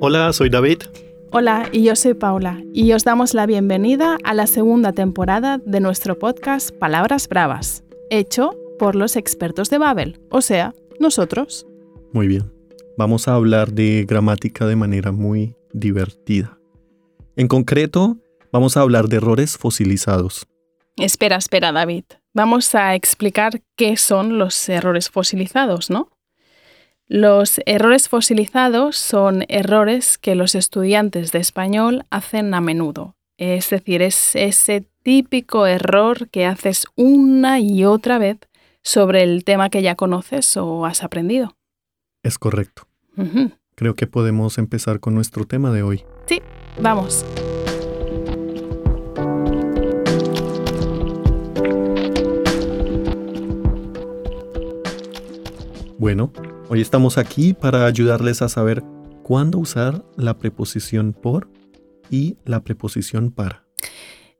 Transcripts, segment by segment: Hola, soy David. Hola, y yo soy Paula, y os damos la bienvenida a la segunda temporada de nuestro podcast Palabras Bravas, hecho por los expertos de Babel, o sea, nosotros. Muy bien. Vamos a hablar de gramática de manera muy divertida. En concreto, vamos a hablar de errores fosilizados. Espera, espera, David. Vamos a explicar qué son los errores fosilizados, ¿no? Los errores fosilizados son errores que los estudiantes de español hacen a menudo. Es decir, es ese típico error que haces una y otra vez sobre el tema que ya conoces o has aprendido. Es correcto. Ujú. Creo que podemos empezar con nuestro tema de hoy. Vamos. Bueno, hoy estamos aquí para ayudarles a saber cuándo usar la preposición por y la preposición para.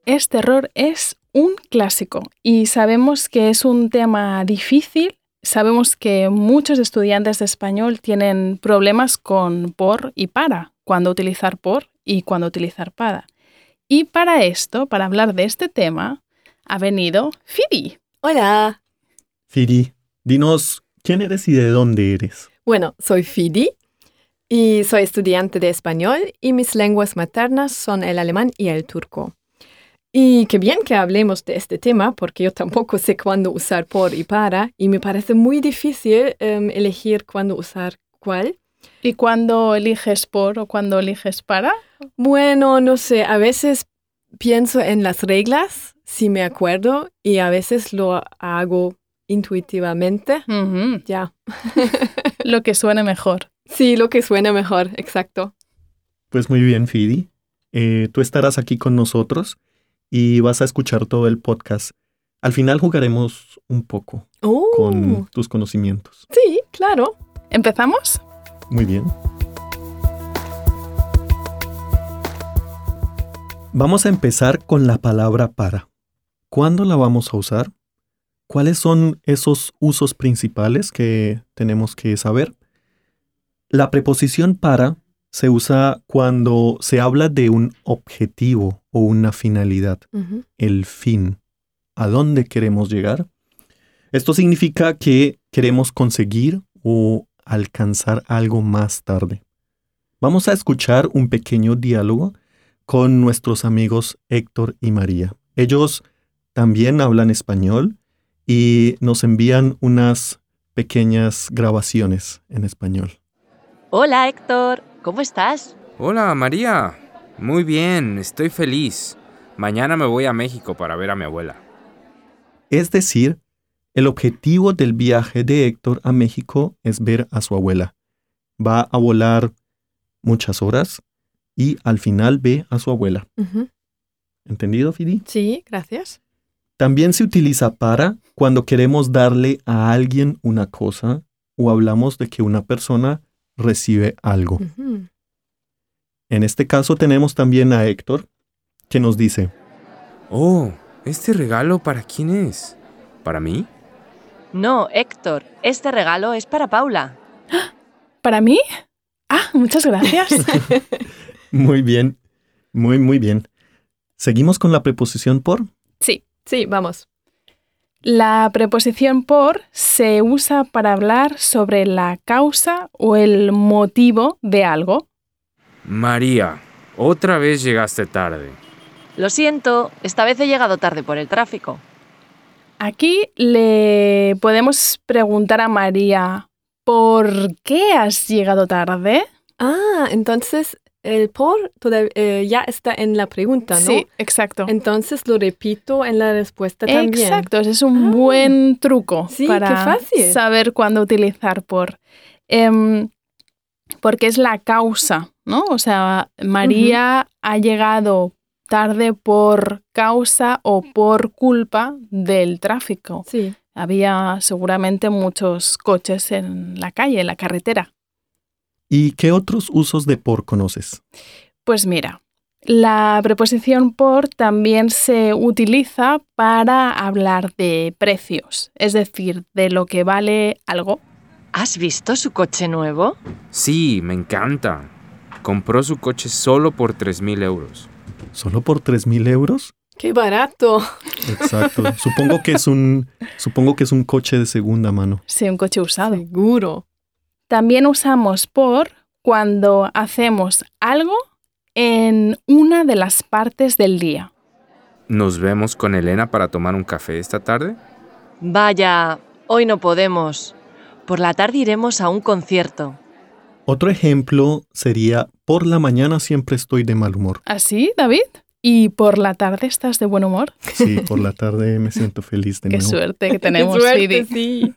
Este error es un clásico y sabemos que es un tema difícil. Sabemos que muchos estudiantes de español tienen problemas con por y para, cuándo utilizar por y cuándo utilizar para. Y para esto, para hablar de este tema, ha venido Fidi. Hola. Firi, dinos quién eres y de dónde eres. Bueno, soy Fidi y soy estudiante de español y mis lenguas maternas son el alemán y el turco. Y qué bien que hablemos de este tema porque yo tampoco sé cuándo usar por y para y me parece muy difícil em, elegir cuándo usar cuál. ¿Y cuándo eliges por o cuándo eliges para? Bueno, no sé, a veces pienso en las reglas, si me acuerdo, y a veces lo hago intuitivamente. Ujú, Ya. Lo que suene mejor. Sí, lo que suena mejor, exacto. Pues muy bien, Fidi. Eh, tú estarás aquí con nosotros y vas a escuchar todo el podcast. Al final jugaremos un poco Oh, con tus conocimientos. sí, claro. ¿Empezamos? Muy bien. Vamos a empezar con la palabra para. ¿Cuándo la vamos a usar? ¿Cuáles son esos usos principales que tenemos que saber? La preposición para se usa cuando se habla de un objetivo o una finalidad Ujú. el fin, a dónde queremos llegar. Esto significa que queremos conseguir o alcanzar algo más tarde. Vamos a escuchar un pequeño diálogo con nuestros amigos Héctor y María. Ellos también hablan español y nos envían unas pequeñas grabaciones en español. Hola Héctor, ¿cómo estás? Hola María, muy bien, estoy feliz. Mañana me voy a México para ver a mi abuela. Es decir, el objetivo del viaje de Héctor a México es ver a su abuela. Va a volar muchas horas y al final ve a su abuela. Ujú. ¿Entendido, Fidi? Sí, gracias. También se utiliza para cuando queremos darle a alguien una cosa o hablamos de que una persona recibe algo. Ujú. En este caso tenemos también a Héctor que nos dice, Oh, ¿este regalo para quién es? ¿Para mí? No, Héctor, este regalo es para Paula. ¿Para mí? Ah, muchas gracias. muy bien, muy, muy bien. Seguimos con la preposición por. Sí, sí, vamos. La preposición por se usa para hablar sobre la causa o el motivo de algo. María, otra vez llegaste tarde. Lo siento, esta vez he llegado tarde por el tráfico. Aquí le podemos preguntar a María, ¿por qué has llegado tarde? Ah, entonces el por todav- eh, ya está en la pregunta, ¿no? Sí, exacto. Entonces lo repito en la respuesta también. Exacto, ese es un Ah. buen truco Sí, qué para fácil. saber cuándo utilizar por. Em, porque es la causa, ¿no? O sea, María ha llegado tarde por causa o por culpa del tráfico. Sí. Había seguramente muchos coches en la calle, en la carretera. ¿Y qué otros usos de por conoces? Pues mira, la preposición por también se utiliza para hablar de precios, es decir, de lo que vale algo. ¿Has visto su coche nuevo? Sí, me encanta. Compró su coche solo por 3.000 euros. ¿Solo por 3.000 euros? ¡Qué barato! Exacto. supongo, que es un, supongo que es un coche de segunda mano. Sí, un coche usado. Seguro. También usamos por cuando hacemos algo en una de las partes del día. ¿Nos vemos con Elena para tomar un café esta tarde? Vaya, hoy no podemos. Por la tarde iremos a un concierto. Otro ejemplo sería, por la mañana siempre estoy de mal humor. ¿Así, David? ¿Y por la tarde estás de buen humor? Sí, por la tarde me siento feliz de Qué nuevo. suerte que Qué tenemos, suerte, Siri. sí.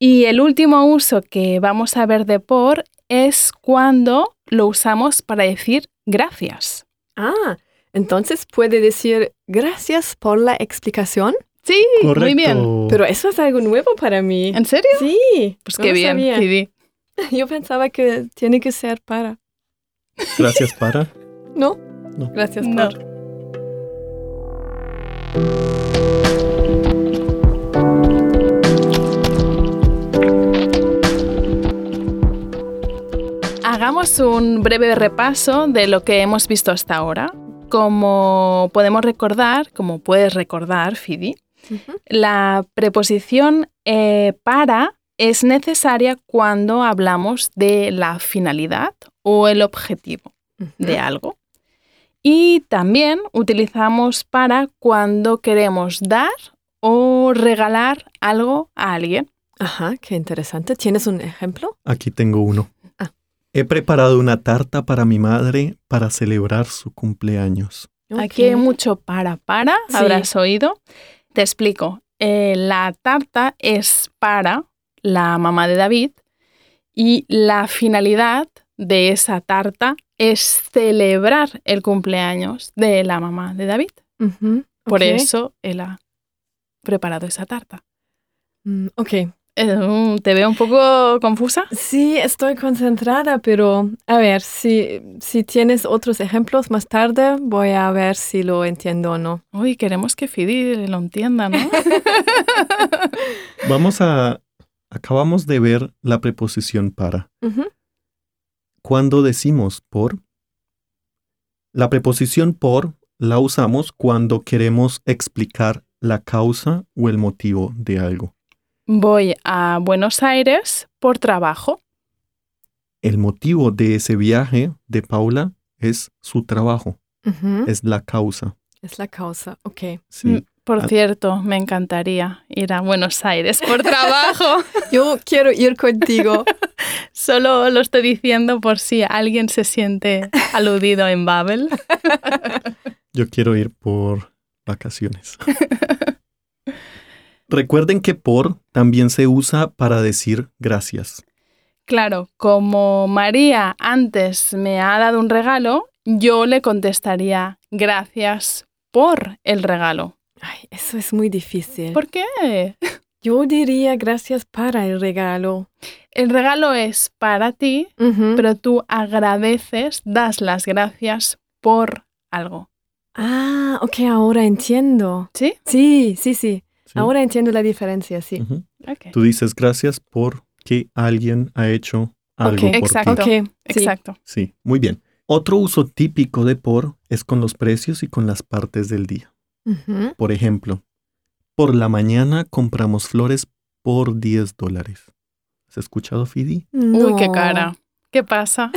Y el último uso que vamos a ver de por es cuando lo usamos para decir gracias. Ah, entonces puede decir gracias por la explicación, Sí, Correcto. muy bien. pero eso es algo nuevo para mí. Oh. ¿En serio? Sí, Pues no qué lo bien, sabía. Siri. Yo pensaba que tiene que ser para. Gracias, para. No, No. gracias No. por. Hagamos un breve repaso de lo que hemos visto hasta ahora. Como podemos recordar, como puedes recordar, Fidi, Ujú. la preposición eh, para es necesaria cuando hablamos de la finalidad o el objetivo Mm. de algo. Y también utilizamos para cuando queremos dar o regalar algo a alguien. Ajá, qué interesante. ¿Tienes un ejemplo? Aquí tengo uno. Ah. He preparado una tarta para mi madre para celebrar su cumpleaños. Aquí hay mucho para para, Sí. habrás oído. Te explico. Eh, la tarta es para la mamá de David y la finalidad de esa tarta es celebrar el cumpleaños de la mamá de David. Ujú, Por ok. eso él ha preparado esa tarta. Mm, Ok. Eh, mm, Te veo un poco confusa. Sí, estoy concentrada, pero a ver, si, si tienes otros ejemplos más tarde, voy a ver si lo entiendo o no. Uy, queremos que Fidi lo entienda, ¿no? Vamos a... Acabamos de ver la preposición para. Ujú, Cuando decimos por, la preposición por la usamos cuando queremos explicar la causa o el motivo de algo. Voy a Buenos Aires por trabajo. El motivo de ese viaje de Paula es su trabajo, ujú. es la causa. Es la causa, ok. Sí. Mm, Por Ah. cierto, me encantaría ir a Buenos Aires por trabajo. Yo quiero ir contigo. Solo lo estoy diciendo por si alguien se siente aludido en Babel. Yo quiero ir por vacaciones. Recuerden que por también se usa para decir gracias. Claro, como María antes me ha dado un regalo, yo le contestaría gracias por el regalo. Ay, eso es muy difícil. ¿Por qué? Yo diría gracias para el regalo. El regalo es para ti, Ujú. pero tú agradeces, das las gracias por algo. Ah, ok, ahora entiendo. ¿Sí? Sí, sí, sí. ¿sí? Ahora entiendo la diferencia, sí. Ujú. Ok. Tú dices gracias porque alguien ha hecho algo. Ok, por ti. exacto. Ok, sí. Exacto. Sí, muy bien. Otro uso típico de por es con los precios y con las partes del día. Ujú. Por ejemplo, por la mañana compramos flores por 10 dólares. ¿Has escuchado, Fidi? Uy, qué No. cara. ¿Qué pasa?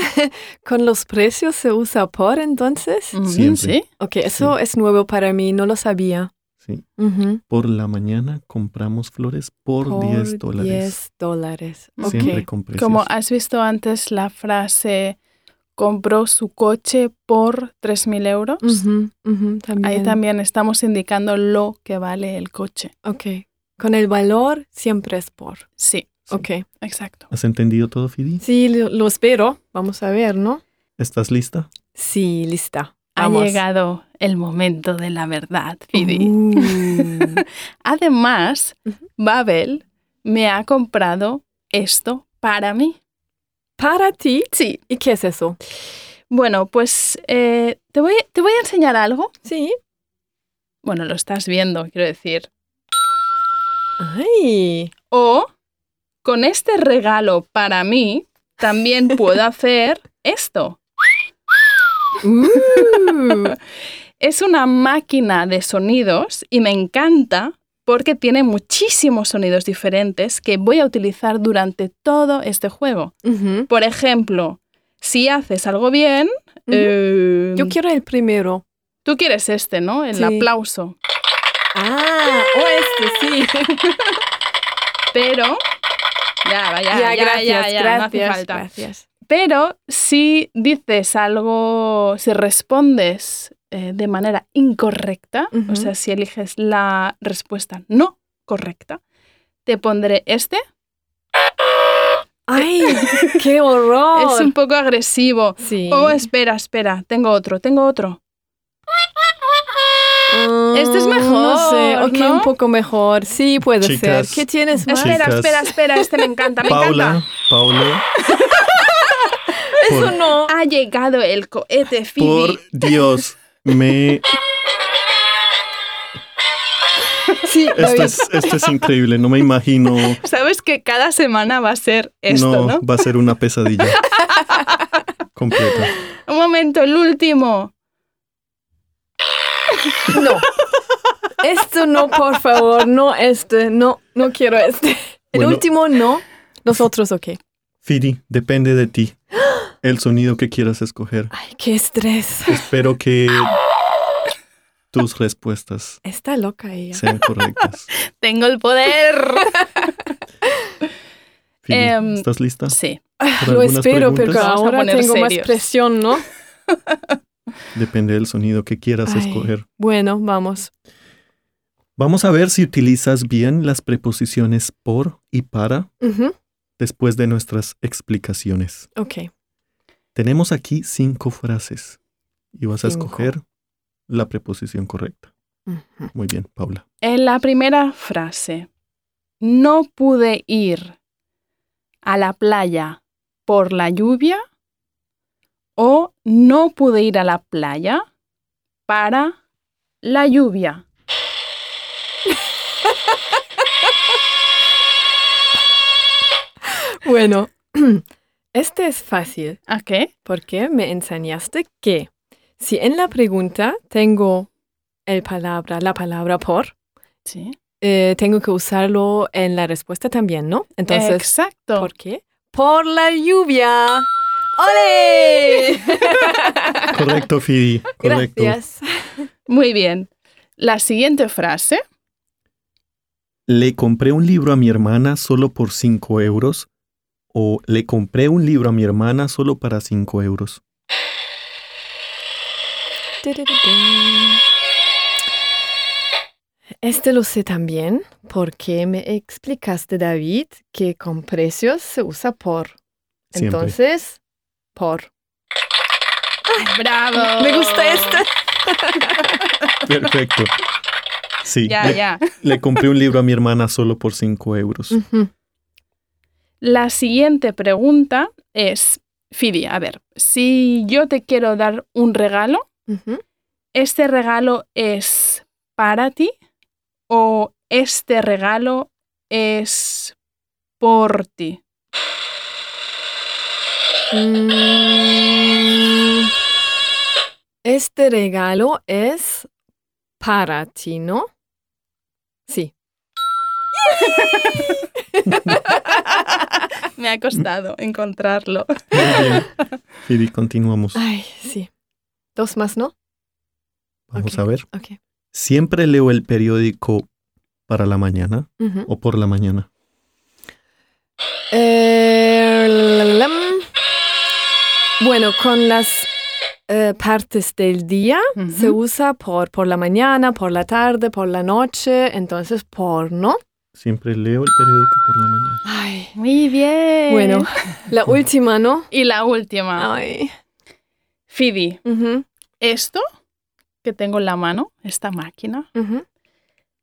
¿Con los precios se usa por entonces? Mm, Siempre. Sí. Ok, eso es nuevo para mí, no lo sabía. Sí. Ujú. Por la mañana compramos flores por, 10 dólares. 10 dólares. Ok. Siempre con precios. Como has visto antes la frase, compró su coche por 3.000 euros. Ujú, ujú, también. Ahí también estamos indicando lo que vale el coche. Ok. Con el valor siempre es por. Sí, Sí. Ok. exacto. ¿Has entendido todo, Fidi? Sí, lo, lo espero. Vamos a ver, ¿no? ¿Estás lista? Sí, lista. Ha Vamos. llegado el momento de la verdad, Fidi. Uh. Además, Ujú. Babel me ha comprado esto para mí. Para ti. Sí. ¿Y qué es eso? Bueno, pues eh, te, voy, te voy a enseñar algo. Sí. Bueno, lo estás viendo, quiero decir. Ay. O con este regalo para mí, también puedo hacer esto. Uh, Es una máquina de sonidos y me encanta porque tiene muchísimos sonidos diferentes que voy a utilizar durante todo este juego. ujú. Por ejemplo, si haces algo bien, eh, Yo quiero el primero. tú quieres este, ¿no? El Sí. aplauso. Ah, o este, sí. Pero... Ya, va, ya, ya, ya, ya, no hace falta. gracias. Pero si dices algo, si respondes eh, de manera incorrecta, Ujú. o sea, si eliges la respuesta no correcta, te pondré este. Ay, qué horror. Es un poco agresivo. Oh. Sí. Oh, espera, espera, tengo otro, tengo otro. Ah, este es No sé, mejor, ok, ¿no? un poco mejor. Sí, puede Chicas. ser. ¿Qué tienes más? Espera, Chicas. espera, espera, este me encanta, me Paula, encanta. Paula, Eso por, no. Ha llegado el cohete, Phoebe. por Dios, me, Sí, esto, David. es, esto es increíble, no me imagino, Sabes que cada semana va a ser esto, ¿no? no, va a ser una pesadilla completa. Un momento, el último. No. Esto no, por favor. No este. No, no quiero este. El Bueno. último no. Los otros, ok. Firi, depende de ti el sonido que quieras escoger. Ay, qué estrés. Espero que tus respuestas Está loca ella. sean correctas. Tengo el poder. Firi, Em, ¿estás lista? Sí. para Lo algunas espero, pero preguntas? Vamos a ahora poner tengo más serios. presión, ¿no? Depende del sonido que quieras Ay. escoger. Bueno, vamos. Vamos a ver si utilizas bien las preposiciones por y para Ujú, después de nuestras explicaciones. Ok. Tenemos aquí cinco frases y vas a Cinco. escoger la preposición correcta. Ujú. Muy bien, Paula. En la primera frase, no pude ir a la playa por la lluvia o no pude ir a la playa para la lluvia. Bueno, este es fácil. ¿A qué? Porque me enseñaste que si en la pregunta tengo el palabra, la palabra por, Sí. eh, tengo que usarlo en la respuesta también, ¿no? Entonces, Exacto. ¿por qué? Por la lluvia. ¡Ole! Correcto, Firi. Correcto. Gracias. Muy bien. La siguiente frase, Le compré un libro a mi hermana solo por cinco euros. O le compré un libro a mi hermana solo para cinco euros. Este lo sé también porque me explicaste, David, que con precios se usa por. Siempre. Entonces, por. bravo. Me gusta este. esta. Perfecto. Sí. Ya, le- ya. Le compré un libro a mi hermana solo por 5 euros. La siguiente pregunta es, Fidi, a ver, si yo te quiero dar un regalo, Ujú. ¿este regalo es para ti o este regalo es por ti? Mm. Este regalo es para ti, ¿no? Sí. Me ha costado encontrarlo. Muy bien. Fidi, continuamos. Ay, sí. Dos más, ¿no? Vamos ok. a ver. Ok. Siempre leo el periódico para la mañana Ujú. o por la mañana. Eh, la, la, lam. Bueno, con las eh, partes del día se usa por, por la mañana, por la tarde, por la noche, entonces por, ¿no? Siempre leo el periódico por la mañana. Ay. Muy bien. Bueno, la última, ¿no? y la última. Ay. Fidi, Ujú, esto que tengo en la mano, esta máquina, ujú.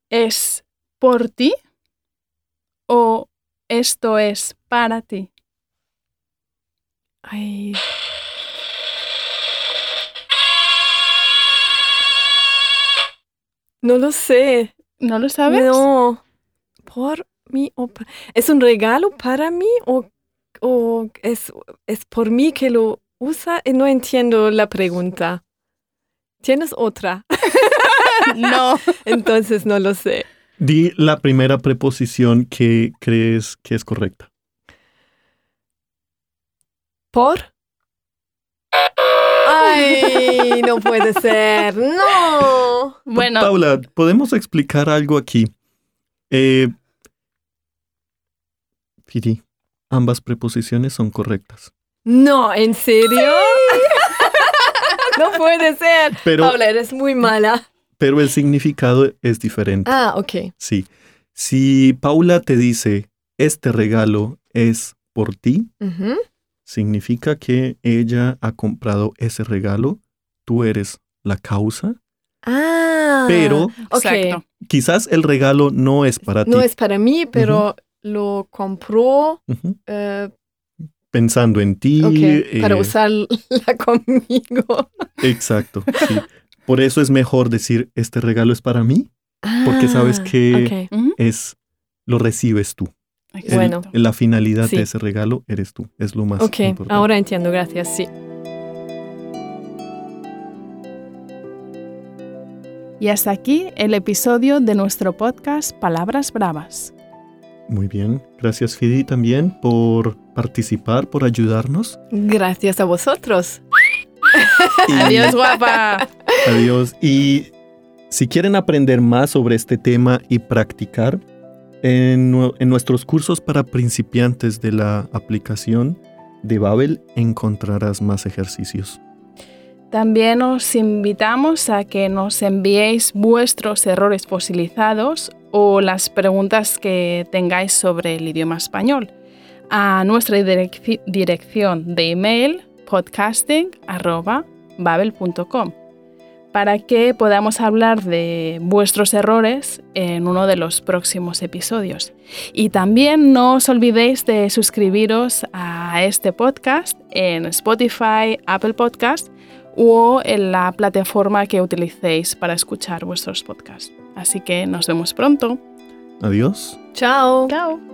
¿es por ti o esto es para ti? Ay. No lo sé. ¿No lo sabes? No. Por mí o pa- ¿Es un regalo para mí o, o es, es por mí que lo usa y no entiendo la pregunta. ¿Tienes otra? No. Entonces no lo sé. Di la primera preposición que crees que es correcta. ¿Por? ¡Ay! No puede ser. ¡No! Pa- Bueno, Paula, podemos explicar algo aquí. Eh, Fidi, ambas preposiciones son correctas. No, ¿en serio? no puede ser. Pero, Paula, eres muy mala. pero el significado es diferente. Ah, ok. Sí. Si Paula te dice, este regalo es por ti, Ujú. significa que ella ha comprado ese regalo, tú eres la causa, Ah. pero ok. exacto. quizás el regalo no es para No ti. es para mí, pero lo compró Ujú. eh, Pensando en ti. ok, para eh, usarla conmigo. Exacto. sí. Por eso es mejor decir, este regalo es para mí, Porque sabes Ah, que- ok. Ujú, es, lo recibes tú. El- Bueno. exacto. la finalidad Sí. de ese regalo eres tú. Es lo más Ok, importante. ahora entiendo, gracias, sí. Y hasta aquí el episodio de nuestro podcast Palabras Bravas. Muy bien. Gracias, Fidi, también por participar, por ayudarnos. Gracias a vosotros. Y- Adiós, guapa. Adiós. Y si quieren aprender más sobre este tema y practicar, en, nue- en nuestros cursos para principiantes de la aplicación de Babel encontrarás más ejercicios. También os invitamos a que nos enviéis vuestros errores fosilizados o las preguntas que tengáis sobre el idioma español a nuestra direc- dirección de email podcasting@babel.com para que podamos hablar de vuestros errores en uno de los próximos episodios. Y también no os olvidéis de suscribiros a este podcast en Spotify, Apple Podcast o en la plataforma que utilicéis para escuchar vuestros podcasts. Así que nos vemos pronto. Adiós. Chao. Chao.